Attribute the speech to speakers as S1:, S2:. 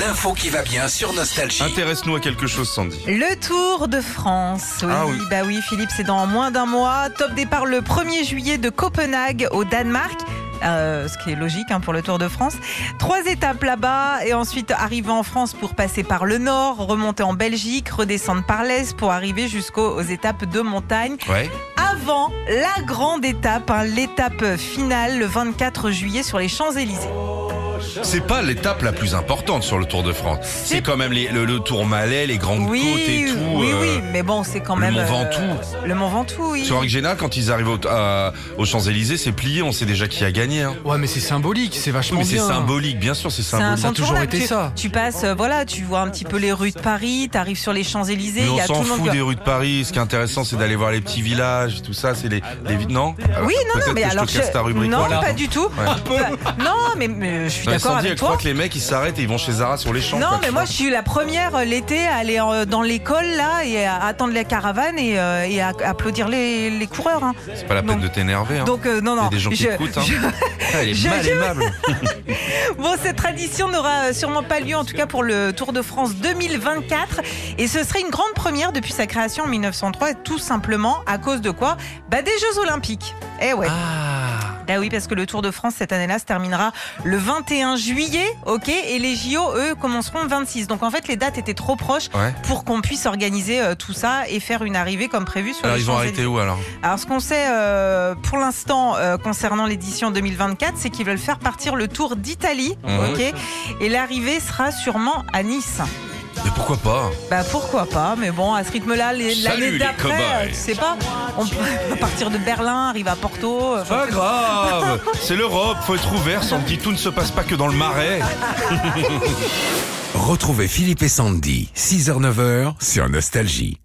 S1: L'info qui va bien sur Nostalgie.
S2: Intéresse-nous à quelque chose, Sandy.
S3: Le Tour de France. Oui,
S2: Ah oui.
S3: bah oui, Philippe, c'est dans moins d'un mois. Top départ le 1er juillet de Copenhague au Danemark. Euh, ce qui est logique hein, pour le Tour de France. Trois étapes là-bas et ensuite arriver en France pour passer par le nord, remonter en Belgique, redescendre par l'est pour arriver jusqu'aux aux étapes de montagne
S2: Ouais.
S3: avant la grande étape, hein, l'étape finale le 24 juillet sur les Champs-Élysées.
S2: C'est pas l'étape la plus importante sur le Tour de France. C'est quand même les- le, le Tour Malais, les grandes côtes et tout.
S3: oui,
S2: euh,
S3: oui, mais bon, c'est quand
S2: le
S3: même.
S2: Mont
S3: euh,
S2: Ventoux.
S3: le Mont Ventoux, oui.
S2: Sur Orgena, quand ils arrivent au- à- aux Champs-Élysées, c'est plié, on sait déjà qui a gagné. hein.
S4: Ouais, mais c'est symbolique, c'est vachement
S2: Mais c'est
S4: bien.
S2: symbolique, bien sûr, c'est
S3: C'est un
S2: symbolique.
S4: Ça a toujours
S3: contournable.
S4: été
S3: tu,
S4: ça.
S3: Tu passes, euh, voilà, tu vois un petit peu les rues de Paris, t'arrives sur les Champs-Élysées,
S2: Mais
S3: il y
S2: on
S3: a tout
S2: s'en
S3: le monde.
S2: fout
S3: qui-
S2: des rues de Paris. Ce qui est intéressant, c'est d'aller voir les petits villages, tout ça. C'est les, les vi- non
S3: Oui, non, non,
S2: Peut-être
S3: mais
S2: que
S3: alors
S2: je te casse ta rubrique.
S3: non,
S2: voilà.
S3: pas du tout. Bah, non, mais, mais je suis
S2: Non, mais
S3: d'accord
S2: Sandy,
S3: avec
S2: elle croit
S3: toi.
S2: que les mecs ils s'arrêtent et ils vont chez Zara sur les champs.
S3: Non,
S2: quoi,
S3: mais
S2: tu
S3: moi
S2: vois.
S3: je suis la première euh, l'été à aller euh, dans l'école là et à attendre la caravane et, euh, et à applaudir les, les coureurs. hein.
S2: c'est pas la peine
S3: donc-
S2: de t'énerver. Hein.
S3: Donc euh, non, non.
S2: Il y a des gens qui
S3: je-
S2: écoutent, hein.
S3: je-
S2: Elle est
S3: je-
S2: mal
S3: je-
S2: aimable.
S3: Bon, cette tradition n'aura euh, sûrement pas lieu, en tout cas pour le Tour de France 2024. Et ce serait une grande première depuis sa création en 1903, tout simplement à cause de quoi Bah des Jeux Olympiques. Eh ouais.
S2: Ah.
S3: Bah oui, parce que le Tour de France cette année-là se terminera le 21 juillet, ok Et les JO, eux, commenceront le 26. Donc en fait, les dates étaient trop proches
S2: Ouais.
S3: pour qu'on puisse organiser euh, tout ça et faire une arrivée comme prévu sur
S2: Alors
S3: les
S2: ils vont
S3: Champs-Élysées.
S2: arrêter où alors
S3: Alors, ce qu'on sait euh, pour l'instant euh, concernant l'édition 2024, c'est qu'ils veulent faire partir le Tour d'Italie,
S2: Mhm.
S3: ok Et l'arrivée sera sûrement à Nice.
S2: Mais pourquoi pas
S3: Bah pourquoi pas Mais bon, à ce rythme-là, les-
S2: Salut,
S3: l'année
S2: les
S3: d'après,
S2: cobayes.
S3: euh, tu sais pas, on peut partir de Berlin, arriver à Porto. euh,
S2: Pas grave, c'est l'Europe, faut être ouvert, Sandy. Tout ne se passe pas que dans le marais.
S1: Retrouvez Philippe et Sandy, 6h-9h sur Nostalgie.